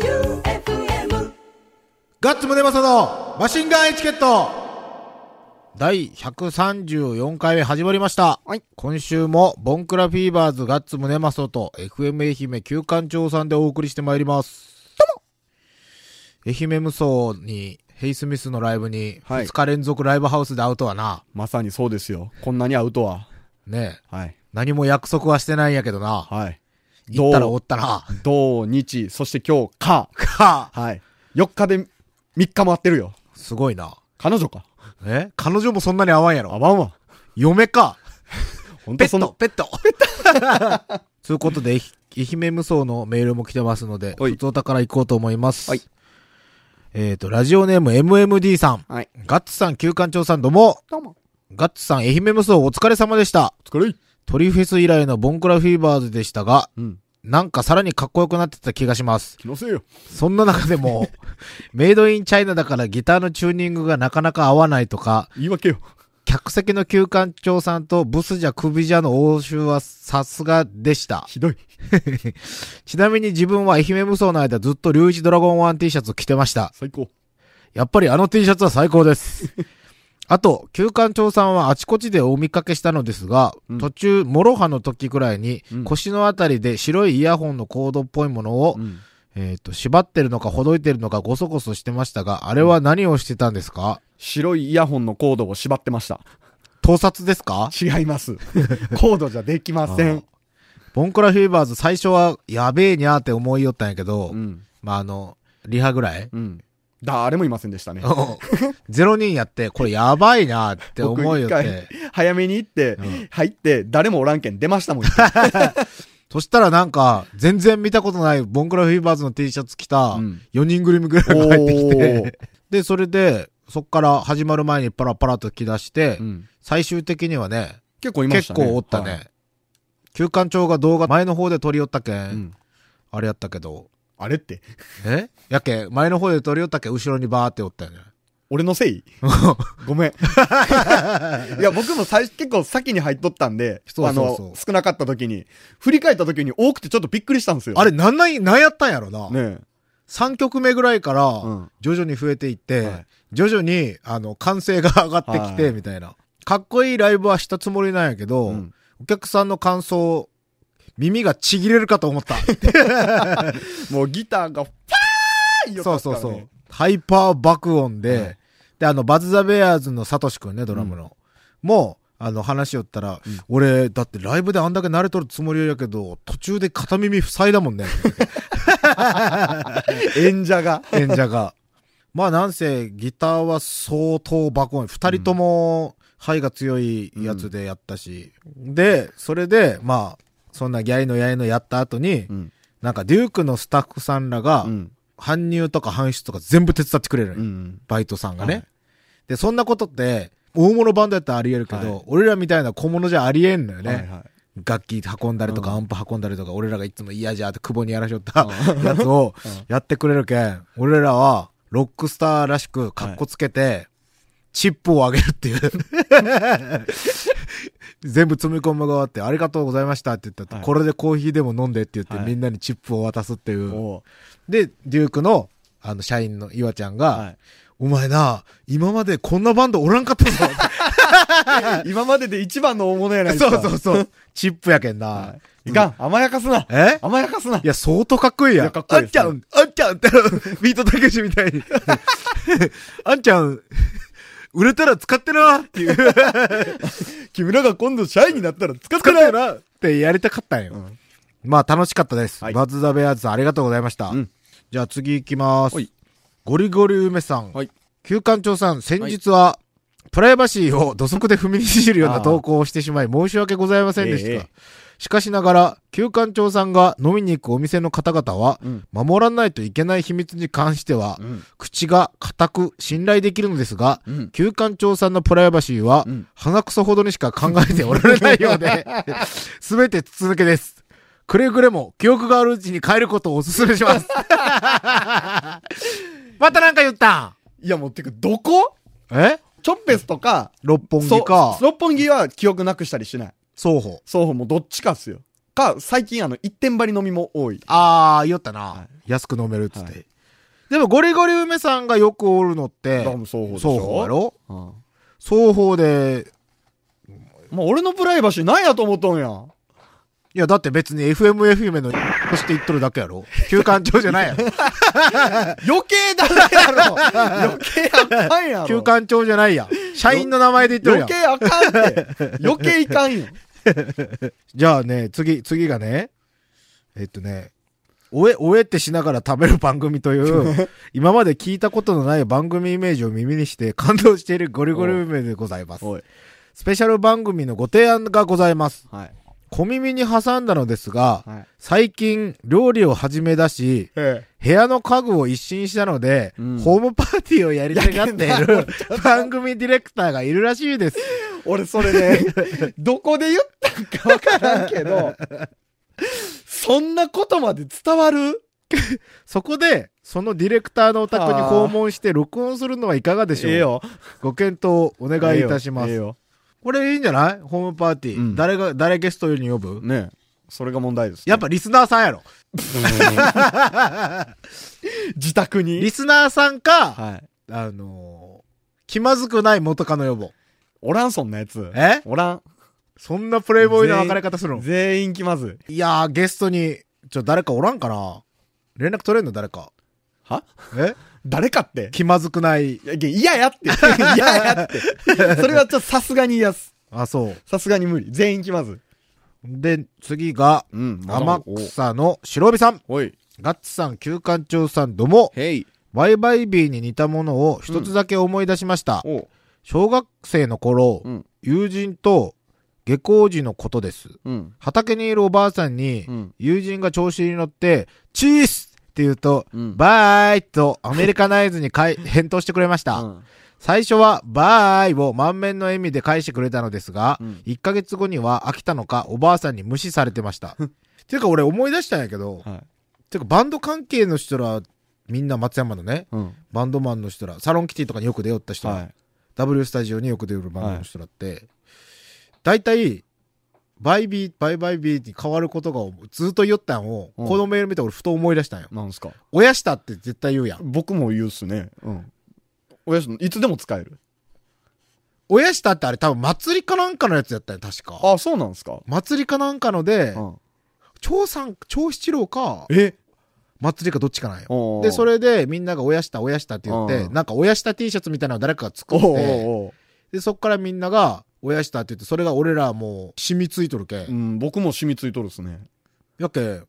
J-O-E-U-F-M ガッツムネマソのマシンガンエチケット第134回目始まりました。はい今週も、ボンクラフィーバーズガッツムネマソと FM 愛媛旧館長さんでお送りしてまいります。どうも愛媛無双に、ヘイスミスのライブに、はい2日連続ライブハウスで会うとはな。まさにそうですよ。こんなに会うとは。ねえ。はい。何も約束はしてないんやけどな。はい。行ったらお土ったら。土日、そして今日、か。か、はい。4日で3日も会ってるよ。すごいな。彼女か。え彼女もそんなに合わんやあろ。わんわ。嫁か。ほんペッとそトの、ペット ということで、愛媛無双のメールも来てますので、はい普通歌から行こうと思います。はいえっ、と、ラジオネーム MMD さん。はい。ガッツさん、旧館長さん、どうも。どうも。ガッツさん、愛媛無双お疲れ様でした。お疲れ。トリフェス以来のボンクラフィーバーズでしたが、うん。なんかさらにかっこよくなってた気がします。気のせいよ。そんな中でも、メイドインチャイナだからギターのチューニングがなかなか合わないとか、言い訳よ。客席の旧館長さんとブスじゃ首じゃの応酬はさすがでした。ひどい。ちなみに自分は愛媛無双の間ずっと龍一ドラゴンワン T シャツを着てました。最高。やっぱりあの T シャツは最高 です。あと、旧館長さんはあちこちでお見かけしたのですが、うん途中、モロハの時くらいに、うん腰のあたりで白いイヤホンのコードっぽいものを、うん。えっ、と、縛ってるのかほどいてるのかごそごそしてましたが、あれは何をしてたんですか白いイヤホンのコードを縛ってました。盗撮ですか違います。 コードじゃできません。ボンクラフィーバーズ最初はやべえにゃーって思いよったんやけど、うん。まあ、あの、リハぐらいうん。誰もいませんでしたね。ゼロ人やって、これやばいなって思僕いよ一っ回て。、早めに行ってうん、入って、誰もおらんけん出ま したもん、一回そしたらなんか、全然見たことない、ボンクラフィーバーズの T シャツ着たうん、 4人組ぐらいが入ってきおーて、で、それで、そっから始まる前にパラパラと着出して、うん最終的にはね、結構いまし結たね。構おったね。旧館長が動画前の方で撮りよったけん、はい。うんあれやったけど、あれって、えやけん、前の方で撮りよったけん、後ろにバーっておったよね。俺のせ いごめん。いや、僕も最初、結構先に入っとったんで、そうそうそうあの、少なかった時に、振り返った時に多くてちょっとびっくりしたんですよ。あれ、なんなん、なんやったんやろな。ね3曲目ぐらいから、うん徐々に増えていって、はい徐々に、あの、歓声が上がってきはて、いみたいな、かっこいいライブはしたつもりなんやけど、うんお客さんの感想、耳がちぎれるかと思 った。え。もうギターが、ファーいそうそうそう。ハイパー爆音で、はいで、あの、バズ・ザ・ベアーズのサトシくんね、ドラムの。もう、あの、話しよったら、俺、だってライブであんだけ慣れとるつもりやけど、途中で片耳塞いだもんね。演者が。演者が。まあなんせギターは相当爆音。二人とも肺が強いやつでやったし。で、それで、まあ、そんなギャイのやいのやった後に、うん。なんかデュークのスタッフさんらがう、ん。搬入とか搬出とか全部手伝ってくれるのよ、うん。バイトさんがね。はいで、そんなことって、大物バンドやったらあり得るけど、はい俺らみたいな小物じゃありえんのよね。はいはい。楽器運んだりとか、うんアンプ運んだりとか、俺らがいつも嫌じゃーって久保にやらしよった、やつをやってくれるけん、俺らはロックスターらしくカッコつけて、チップをあげるっていう。 全部積み込む側って、ありがとうございましたって言ったってはいこれでコーヒーでも飲んでって言って、はいみんなにチップを渡すっていう。おうで、デュークの、あの、社員の岩ちゃんが、はお前な、今までこんなバンドおらんか ったぞ。い。今までで一番の大物やないです そうか。そううそう。チップやけんな。いかん。甘やかすな。え。甘やかすないや、相当かっこいいやん。いやかっこあいいでんすちゃん、あんちゃんって、ビートたけしみたい に。あんちゃん、売れたら使ってなっていう、使っ君らが今度シャイになったら使っててない。なってやりたかったんよ。んまあ、楽しかったです。はいバズ・ザ・ベアーズさん、ありがとうございました。うんじゃあ次行きますはい。ゴリゴリ梅さん。はい旧館長さん、先日は、プライバシーを土足で踏みにじるような投稿をしてしまい申し訳ございませんでした。ええしかしながら、旧館長さんが飲みに行くお店の方々は、うん守らないといけない秘密に関しては、うん口が固く信頼できるのですが、うん旧館長さんのプライバシーは、うん鼻くそほどにしか考えておられないよう で、すべて続けです。くれぐれも記憶があるうちに帰ることをお勧めし ます。またなんか言ったいや、もう、てか、どこんえチョッペスとか、六本木そかう、六本木は記憶なくしたりしない。双方。双方もうどっちかっすよ。か、最近あの、一点張り飲みも多い。あー、言おったな。は安く飲めるっつって。はでも、ゴリゴリ梅さんがよくおるのって、だからもう双方でしょ双方やろうん双方で、もう俺のプライバシーなんやと思っとんや。いや、だって別に FMFM のとして言っとるだけやろ休館長じゃない やろ余計ダ メやろ余計あかんやろ休館長じゃないやん。社員の名前で言っとるや余ん。計あかんって。余計いかんよ。じゃあね、次、次がね、えっとね、おえ、おえってしながら食べる番組という、 今まで聞いたことのない番組イメージを耳にして感動しているゴリゴリ梅でございます。おい。スペシャル番組のご提案がございます。はい。小耳に挟んだのですが、はい。最近料理を始めだし、え部屋の家具を一新したので、うんホームパーティーをやりたがっている番組ディレクターがいるらしいです。え。俺そ れね、どこで言ったんかわからんけど、そんなことまで伝わるそこで、そのディレクターのお宅に訪問して録音するのはいかがでしょう、ええよ。ご検討お願いいたします。ええよ。これいいんじゃないホームパーティー。うん誰が、誰ゲストに呼ぶ、ねえ。それが問題です、やっぱリスナーさんやろ。自宅に。リスナーさんか、はい。あのー気まずくない元カノ呼ぼう。おらん、そんなやつ。えおらん。そんなプレイボーイな別れ方するの全員来ます。いやー、ゲストに、ちょ、誰かおらんかな連絡取れんの誰か。はえ誰かって。気まずくないい。や、いやや って。いややって。それはちょっとさすがに嫌っす。あ、そう。さすがに無理。全員来ます。で、次が、うん天草の白帯さん。おい。ガッツさん、旧館長さん、どうも。へい。バイバイビーに似たものを一つだけ思い出しました。お小学生の頃、うん。友人と下校時のことです。うん。畑にいるおばあさんに、うん友人が調子に乗って、チースって言うと、うんバーイとアメリカナイズにかい返答してくれました。うん最初は、バーイを満面の笑みで返してくれたのですが、うん1ヶ月後には飽きたのか、おばあさんに無視されてました。ていうか俺思い出したんやけど、はい。ていうかバンド関係の人ら、みんな松山のね、うん。バンドマンの人ら、サロンキティとかによく出よった人ら、はい。 W スタジオによく出るバンドの人だって、大体、バイビー、バイバイビーに変わることがずっと言ったんを、うんこのメール見て俺ふと思い出したんよ。なんすか親下って絶対言うやん。僕も言うっすね。うん。おやすいつでも使える。親下ってあれ多分祭りかなんかのやつやったよ、確か。あ、そうなんすか祭りかなんかのでう、ん。長さん、長七郎か、え祭りかどっちかなんよ。おで、それでみんなが親下、親下って言っうて、んなんか親下 T シャツみたいなのを誰かが作おっうおうて、おうで、そっからみんなが、親下って言って、それが俺らもう染みついとるけんう。ん、僕も染みついとるっすね。やっけ、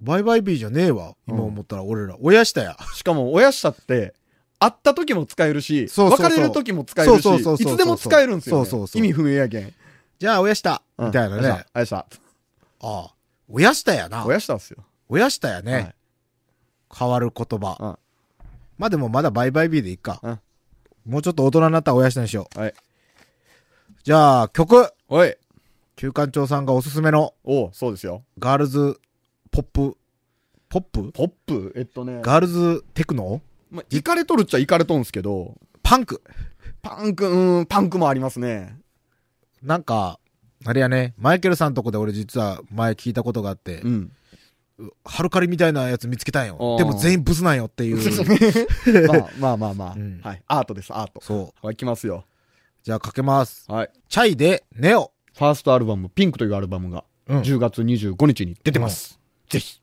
バイバイビーじゃねえわ。うん今思ったら俺ら。親下や。しかも、親下って、会った時も使えるし、そうそうそう別れる時も使えるし、そうそうそうそうそういつでも使えるんすよ、ね。そうそうそう意味不明やけん。じゃあ親下。みたいなね。ああやした。あ。親下やな。親下っすよ。親下やね。はい変わる言葉。うんまあでもまだバイバイビーでいいか。うんもうちょっと大人になったら親下にしよう。はい。じゃあ曲。おい。旧館長さんがおすすめのおうそうですよ。ガールズポップ。ポップポップえっとね。ガールズテクノまあ、いかれとるっちゃいかれとんすけど、パンク。パンク、うん、パンクもありますね。なんか、あれやね、マイケルさんとこで俺実は前聞いたことがあって、うん。ハルカリみたいなやつ見つけたんよお。ーでも全員ブスなんよって いう。 まあまあまあまあ、うんはい。アートです、アート。そう。はい、きますよ。じゃあかけます。はい。チャイでネオ。ファーストアルバム、ピンクというアルバムが、うん10月25日に出てます。ぜひ。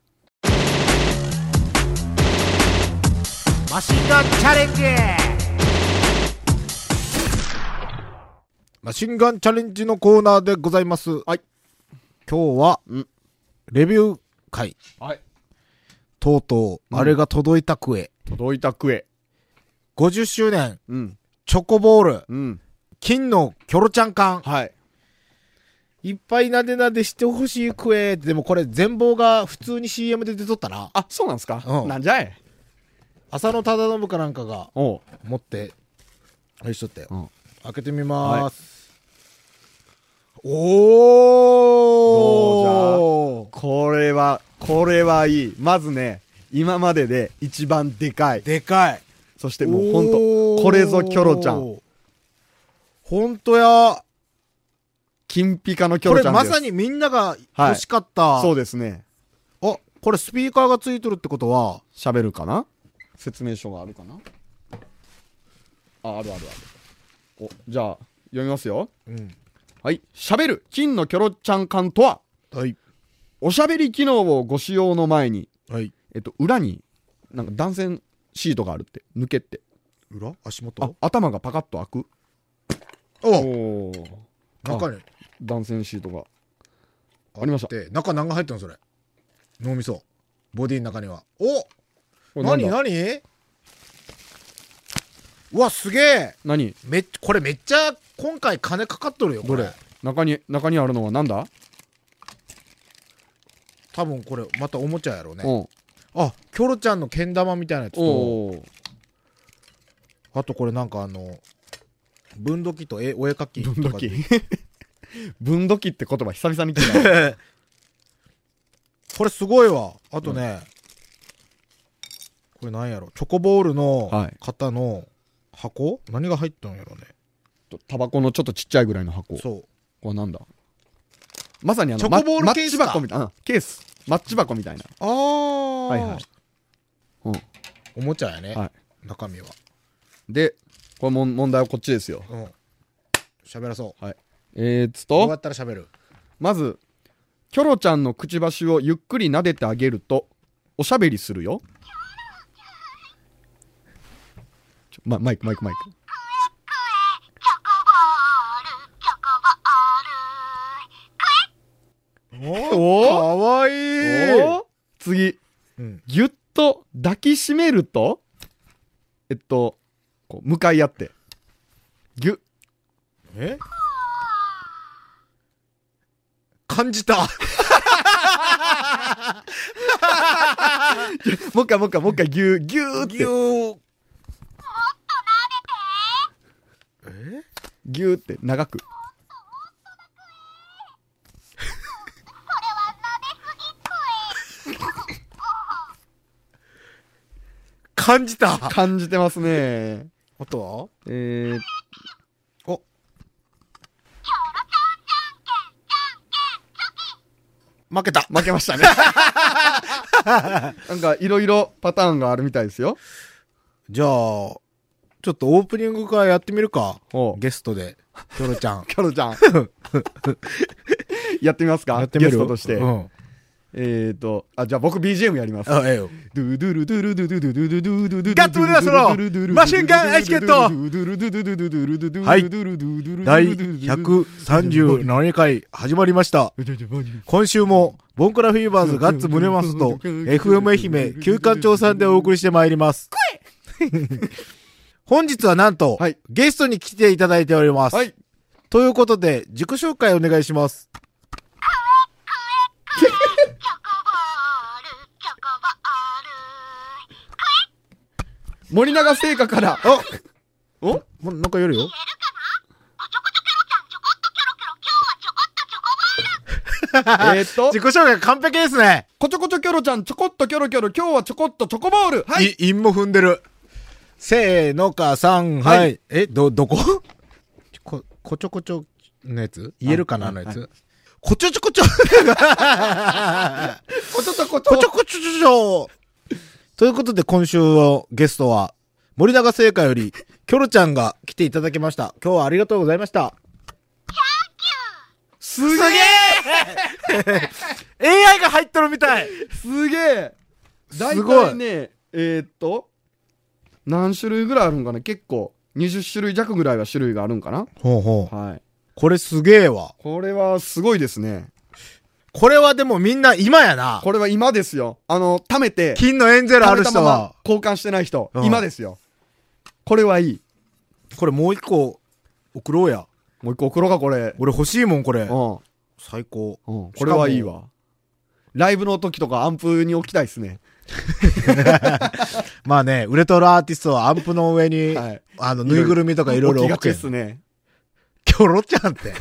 マシンガンチャレンジマシンガンチャレンジのコーナーでございます。はい。今日はうん、レビュー会。はい。とうとう、うんあれが届いたクエ。届いたクエ。 50周年、うん。チョコボール、うん。金のキョロちゃん缶。はい。いっぱいなでなでしてほしいクエ。でもこれ全貌が普通に CM で出とったな。あ、そうなんすか、うんなんじゃい浅野忠信かなんかがおう。持って、あれしとったよ。うん開けてみまーす。おーこれは、これはいい。まずね、今までで一番でかい。でかい。そしてもうほんと、これぞキョロちゃん。。ほんとや。金ピカのキョこロれちゃんで。ますさにみんなが欲しかった。そうですね。あ、これスピーカーがついてるってことは、喋るかな説明書があるかなあ、あるあるある。お、じゃあ、読みますよ。うん。はい。喋る金のキョロちゃん缶とは、はい。おしゃべり機能をご使用の前に、はい。えっと、裏に、なんか断線シートがあるって、抜けって。裏足あ元、頭がパカッと開く。おおー中に。断線シートが。ありました。で、中何が入ってんのそれ。脳みそ。ボディの中には。おこれなん何だ何うわ、すげえ何めっこれめっちゃ今回金かかっとるよ、こどれ。れ中に、中にあるのはなんだ多分これまたおもちゃやろうね。うん。あ、キョロちゃんのけん玉みたいなやつと、おーあとこれなんかあの、分度器とえお絵かきと分か度器。 分度器って言葉久々に聞いた。 これすごいわ。あとね、これなんやろ。チョコボールのはい型の箱、何が入ったんやろね。とタバコのちょっとちっちゃいぐらいの箱。こそう。れなんだまさにあの、チョコボールまケースかマッチ箱みたいな。うんケース。マッチ箱みたいな。あー、はいはい。うおもちゃやね、ん。は中身は。い。で、これもん問題はこっちですよ。うん。喋らそう。はい。えー、っどうやとっ、たら喋る。まず、キョロちゃんのくちばしをゆっくり撫でてあげると、おしゃべりするよ。ちょま、マイク、マイク、マイク。おーかわいいおー次。うん。ぎゅっと抱きしめると、えっと、こう向かい合って、ぎゅ、え感じた。もう一回もう一回もう一回ぎゅー、ぎゅーって、ー。ぎゅーって長く。感じた。感じてますね。あとえー、はお。負けた。負けましたね。なんかいろいろパターンがあるみたいですよ。じゃあ、ちょっとオープニングからやってみるか。おうゲストで、キョロちゃん 。キョロちゃん。やってみますかやってみるゲストとして。うん。えーと、あ、じゃあ僕 BGM やります。あ、ええ よ。ドゥドゥルドゥルドゥドゥドゥドゥドゥドゥドゥガッツムネアソロマシンガンエチケットはい第137回始まりました。今週も、ボンクラフィーバーズガッツムネマスと、FM 愛媛休館長さんでお送りしてまいります。本日はなんと、はいゲストに来ていただいております。はい。ということで、自己紹介お願いします。森永製菓から。あおもうなんかやるよ。えーっと自己、紹介完璧ですね。こちょこちょキョロちゃん、ちょこっとキョロキョロ、今日はちょこっとチョコボール。はい。い。韻も踏んでる。せーのか、さん、はいはい。え、ど、どここ、こちょこちょのやつ言えるかなはあいのやはつ。こちょちょこちょ。こちょこちこょちょこちょちょちょ。ということで今週のゲストは、森永製菓より、キョロちゃんが来ていただきました。今日はありがとうございました。すげえ AI が入っとるみたいすげえ大すごい体ね、えーっと、何種類ぐらいあるんかな結構、20種類弱ぐらいは種類があるんかなほうほう。はい。これすげえわ。これはすごいですね。これはでもみんな今やな。これは今ですよ。あの、貯めて、金のエンゼルあ貯るめた人ままは。交換してない人、うん今ですよ。これはいい。これもう一個送ろうや。もう一個送ろうか、これ。俺欲しいもん、これう。ん。最高。うん、これはいいわ。ライブの時とかアンプに置きたいですね。まあね、売れとるアーティストはアンプの上に、はいあの、ぬいぐるみとかいろいろ置き置がくちやっん。すね。キョロちゃんって。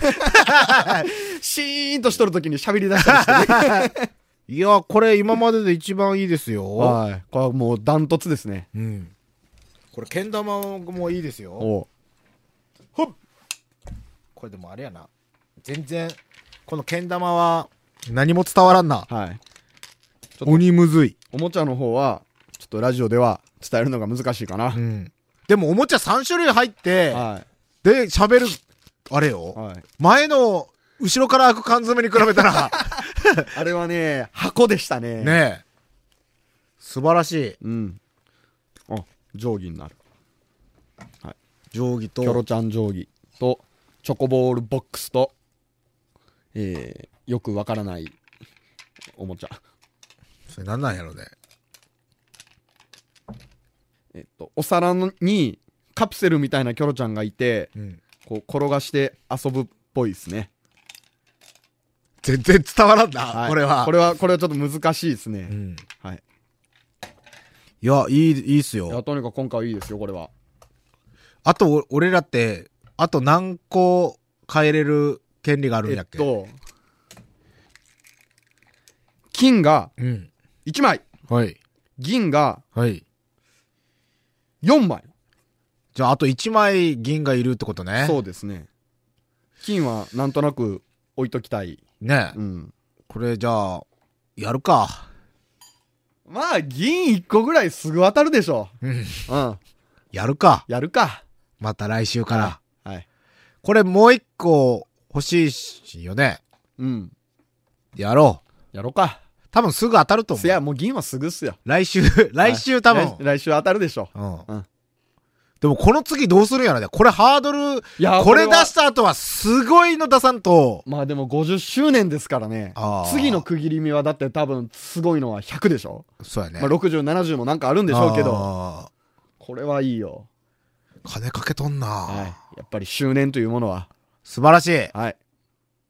シーンとしとる時に喋り出したりしてね。 いや、これ今までで一番いいですよ。はい。これはもうダントツですね。うん。これ、けん玉もいいですよ。おうこれでもあれやな。全然、このけん玉は何も伝わらんな。はい。ちょっと鬼むずい。おもちゃの方は、ちょっとラジオでは伝えるのが難しいかなう。ん。でもおもちゃ3種類入って、はで、喋る、あれい。よ。はい。前の、後ろから開く缶詰に比べた ら、あれはね、箱でしたね。。ねえ。素晴らしい。うん。あ、定規になる。定規キョロと、ちゃん定規と、チョコボールボックスと、えー、よくわからないおもちゃ。それなんなんやろね。えっと、お皿のにカプセルみたいなキョロちゃんがいて、うん。こう転がして遊ぶっぽいですね。全然伝わらんな、いこれは。これは、これはちょっと難しいですうね。ん。はい。いや、いい、いいっすいや、よ。とにかく今回はいいですよ、これは。あと、お俺らって、あと何個変えれる権利があるんえやっっけ、と、金がうん。 1枚、はい。銀がはい。 4枚。じゃあ、あと1枚銀がいるってことね。。そううですね。金はなんとなく置いときたい。ねえ、うん。これ、じゃあ、やるか。まあ、銀1個ぐらいすぐ当たるでしょ。うん。うん。やるか。やるか。また来週から。はい。これ、もう一個欲しいしよね。うん。やろう。やろうか。多分すぐ当たると思せや、う。もう銀はすぐっすよ。来週、来週多分来。来週当たるでしょ。うん。うんでもこの次どうするんやろね。これハードル、いやこれ出はした後はすごいの出さんと、まあでも50周年ですからねあー。次の区切り目はだって多分すごいのは100でしょ、そうやね。まあ60、70もなんかあるんでしょうけど、あこれはいいよ。ー。金かけとんな、はい。やっぱり周年というものは。素晴らしい。はい。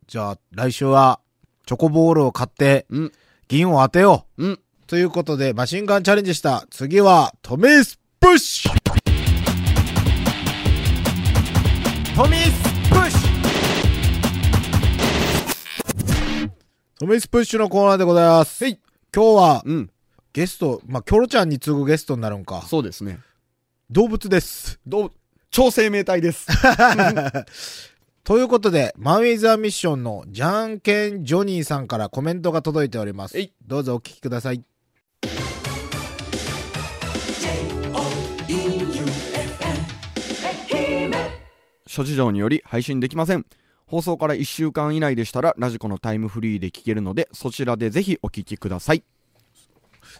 じゃあ来週はチョコボールを買ってうん。銀を当てよう。うん。ということでマシンガンチャレンジした。次はトミースプッシュトミースプッシュトミースプッシュのコーナーでございます。はい。今日はうん。ゲスト、まあ、キョロちゃんに次ぐゲストになるんか。そうですね。動物です。どう、超生命体です。ということで、マンウィザーミッションのじゃんけんジョニーさんからコメントが届いておりまえすい。どうぞお聞きください。 諸事情により配信できません放送から1週間以内でしたらラジコのタイムフリーで聞けるのでそちらでぜひお聞きください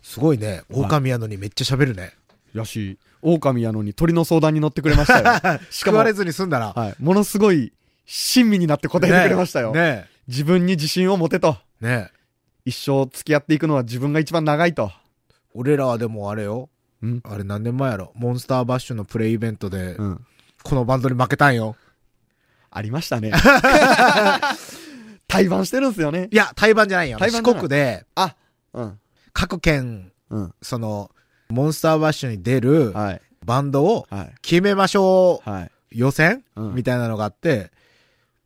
すごいね。狼やのにめっちゃ喋るね。よし狼やのに鳥の相談に乗ってくれました よしか救もわれずに済んだら。はい、ものすごい親身になって答えてくれましたよ、ね自分に自信を持てとえ。ねえ。一生付き合っていくのは自分が一番長いと俺らはでもあれよん。あれ何年前やろモンスターバッシュのプレイイベントでう、んこのバンドに負けたんよ。ありまし たね対バンしてるんすよねいや、対バンじゃないよ。対バ四ンじゃない国で、あうん各県、うんその、モンスターバッシュに出るはいバンドをはい決めましょうはい予選、うんみたいなのがあって、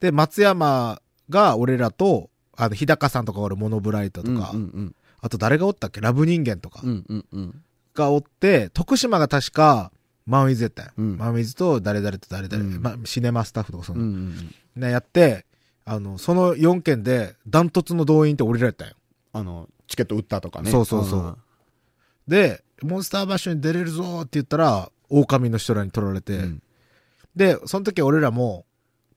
で、松山が俺らと、あの、日高さんとか俺、モノブライトとか、うんうんあと誰がおったっけラブ人間とかうんうんうんうんがおって、徳島が確か、マンウィズやったんようんマンウィズと誰々と誰々、うんま、シネマスタッフとかそうんうの、んね、やって、あの、その4件で、ダントツの動員って俺らやったんよ。あの、チケット売ったとかね。そうそうそうで、モンスターバッシュに出れるぞーって言ったら、狼の人らに取られて、うん。うんで、その時俺らも、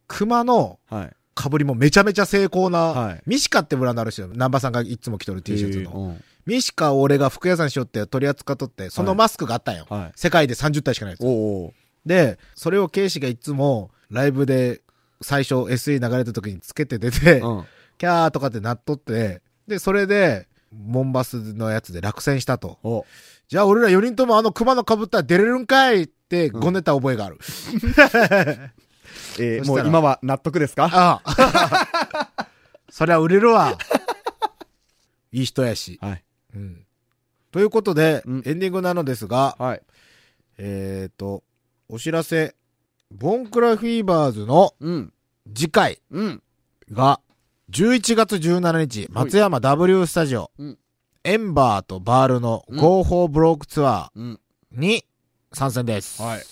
熊のはい。被りもめちゃめちゃ成功な、はいミシカってブランドある人よ。南波さんがいつも着とる T シャツの。の。ミシカを俺が服屋さんにしようって取り扱っとって、そのマスクがあったんよ。はい。世界で30体しかないやつ。おお。で、それをケイシがいつもライブで最初 SE 流れた時につけて出て、うん。キャーとかってなっとって、で、それで、モンバスのやつで落選したと。おじゃあ俺ら4人ともあの熊の被ったら出れるんかいってごねた覚えがあ る。えーそしたらもう今は納得ですかああ。 そりゃ売れるわ。いい人やし。はい。うん。ということで、うんエンディングなのですが、はい。えっ、ー、と、お知らせ、ボンクラフィーバーズのうん。次回うん。が、11月17日、松山 W スタジオ、うんエンバーとバールの Go for Broke ツアうん。ーに参戦です。はい。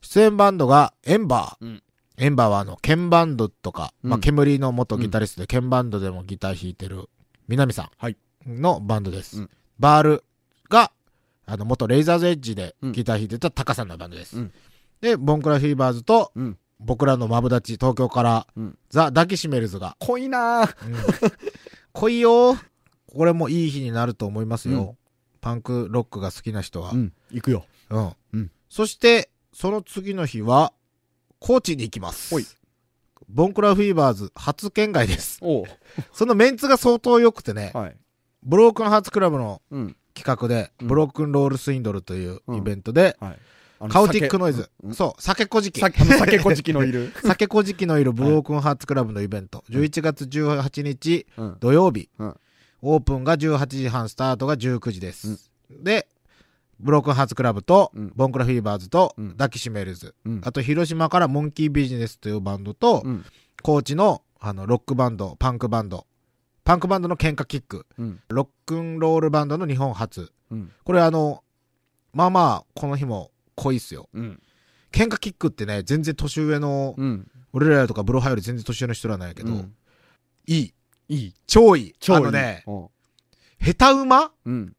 出演バンドがエンバー、うんエンバーはあの、ケンバンドとか、まうあ、ん煙の元ギタリストで、ケンバンドでもギター弾いてる、南さはいんのバンドです。うんバールが、あの、元レイザーズエッジでうんギター弾いてたタカさんのバンドです。うんで、ボンクラフィーバーズと、うん僕らのマブダチ、東京から、うんザ・ダキシメルズが、濃いなーうん来いよーこれもいい日になると思いますよ。うんパンクロックが好きな人は。ん行くようん。うんそして、その次の日は、高知に行きます。ほいボンクラフィーバーズ初県外です。おうそのメンツが相当良くてね、はいブロークンハーツクラブのうん企画で、うんブロークンロールスインドルといううんイベントで、はいあのカオティックノイズ、酒そう、酒こじき。酒あの酒こじきの いる酒こじきのいるブロークンハーツクラブのイベント、11月18日うん土曜日、うんオープンが18時半、スタートが19時です。で、ブロークンハーツクラブと、うんボンクラフィーバーズと、うんダキシメルズ、うんあと広島からモンキービジネスというバンドと、うん高知のあのロックバンド、パンクバンド、パンクバンドの喧嘩キック、うんロックンロールバンドの日本初。うんこれあの、まあまあ、この日も濃いっすよ。うん喧嘩キックってね、全然年上の、うん俺らとかブロハより全然年上の人らなんやけど、うんいい。いい超いい。超いいあのね、おう下手馬うん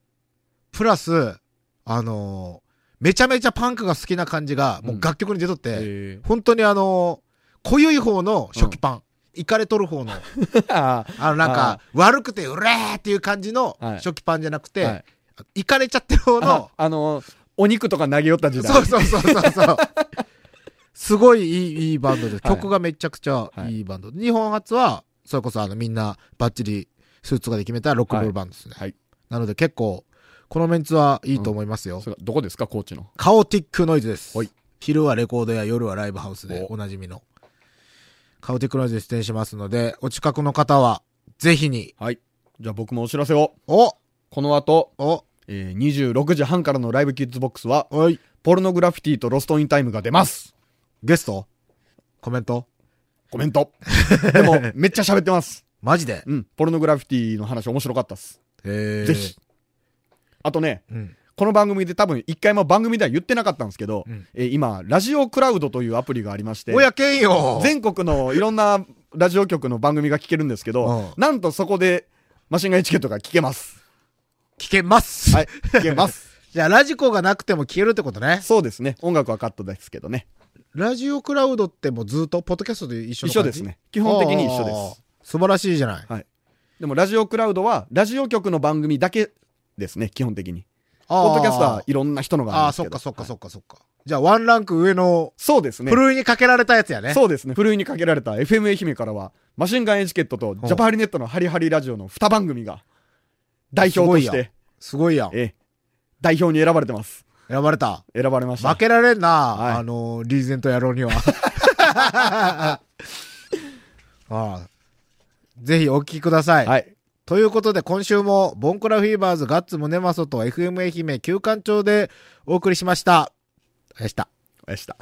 プラス、あのーめちゃめちゃパンクが好きな感じが、もう楽曲に出とって、え本当にあのー濃ゆい方の初期パン。イカれとる方の、 ーああのなんか、悪くてうれーっていう感じのはい初期パンじゃなくーはいて、イカれちゃってる方あの、あのお肉とか投げ寄った時代そうそうそうそう そう。すごいいい、いいバンドで、はい曲がめちゃくちゃいいバンド。日本初は、それこそあのみんなバッチリスーツがで決めたロックンロールバンドですね。はいはいなので結構、このメンツはいいと思いますよ。それどこですか高知のカオティックノイズですはい。昼はレコードや夜はライブハウスでおおなじみの。カオティックノイズで出演しますので、お近くの方は、ぜひに、はいじゃあ僕もお知らせをおこの後、おえー、26時半からのライブキッズボックスはおいポルノグラフィティとロストインタイムが出ますゲストコメントコメ ントでもめっちゃ喋ってますマジでうんポルノグラフィティの話面白かったっす、へーぜひあとねうん。この番組で多分一回も番組では言ってなかったんですけど、うんえー今ラジオクラウドというアプリがありましておやけんよ全国のいろんなラジオ局の番組が聞けるんですけど、うなんとそこでマシンガンエチケットが聞けます聞けます。はい聞けます じゃあ、ラジコがなくても消えるってことね。そうですね音楽はカットですけどねラジオクラウドってもうずっと、ポッドキャストと一緒一の緒感じです。ね基本的に一緒でです。素晴らしいじゃない。すはいでもラジオクラウドはラジオ局の番組だけですね基本的にあーポッドキャストはいろんな人のがあああ、るんそでっすけどかそっかはいそっかそっか。じゃあ、ワンランク上の、そうですねふるいにかけられたやつやね。そうですね。ふるいにかけられた FM 愛媛からは、マシンガンエチケットとジャパハリネットのハリハリラジオの2番組が、代表としすごいやて、すごいやん。ええ、代表に選ばれてます。選ばれた。選ばれました。負けられんな、いあの、リーゼント野郎に は。 ああぜひお聞きください。はい。ということで今週もボンクラフィーバーズガッツムネマソと FM 愛媛旧館長でお送りしました。でした。でした。